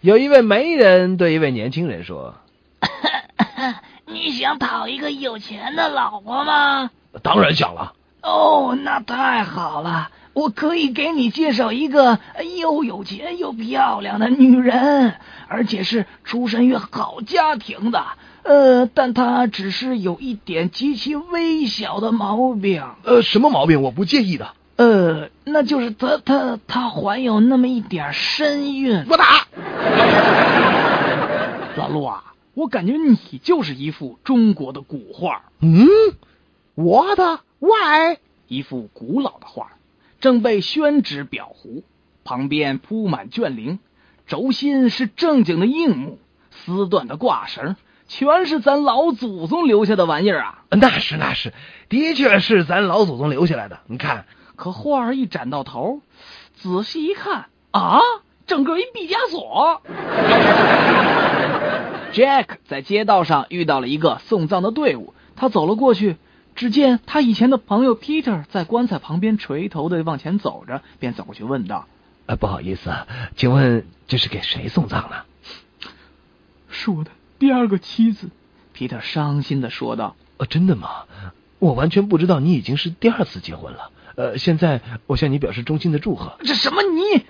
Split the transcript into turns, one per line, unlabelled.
有一位媒人对一位年轻人说
你想讨一个有钱的老婆吗？：“
当然想了。
哦，那太好了，我可以给你介绍一个又有钱又漂亮的女人，而且是出身于好家庭的。呃，但她只是有一点极其微小的毛病，”
呃，什么毛病？我不介意的。
呃，那就是她她她怀有那么一点身孕。
我打。
老陆啊，我感觉你就是一幅中国的古画。
嗯，我的 why？
一幅古老的画，正被宣纸裱糊，旁边铺满卷绫，轴心是正经的硬木，丝缎的挂绳，全是咱老祖宗留下的玩意儿啊！
那是那是，的确是咱老祖宗留下来的。你看，
可画儿一展到头，仔细一看啊，整个一毕加索。Jack 在街道上遇到了一个送葬的队伍，他走了过去，只见他以前的朋友 Peter 在棺材旁边垂头的往前走着，便走过去问道。
呃，不好意思啊，请问这是给谁送葬呢？
是我的第二个妻子。”皮特伤心的说道
呃，真的吗？我完全不知道你已经是第二次结婚了。呃，现在我向你表示衷心的祝贺。：“
这什么你？”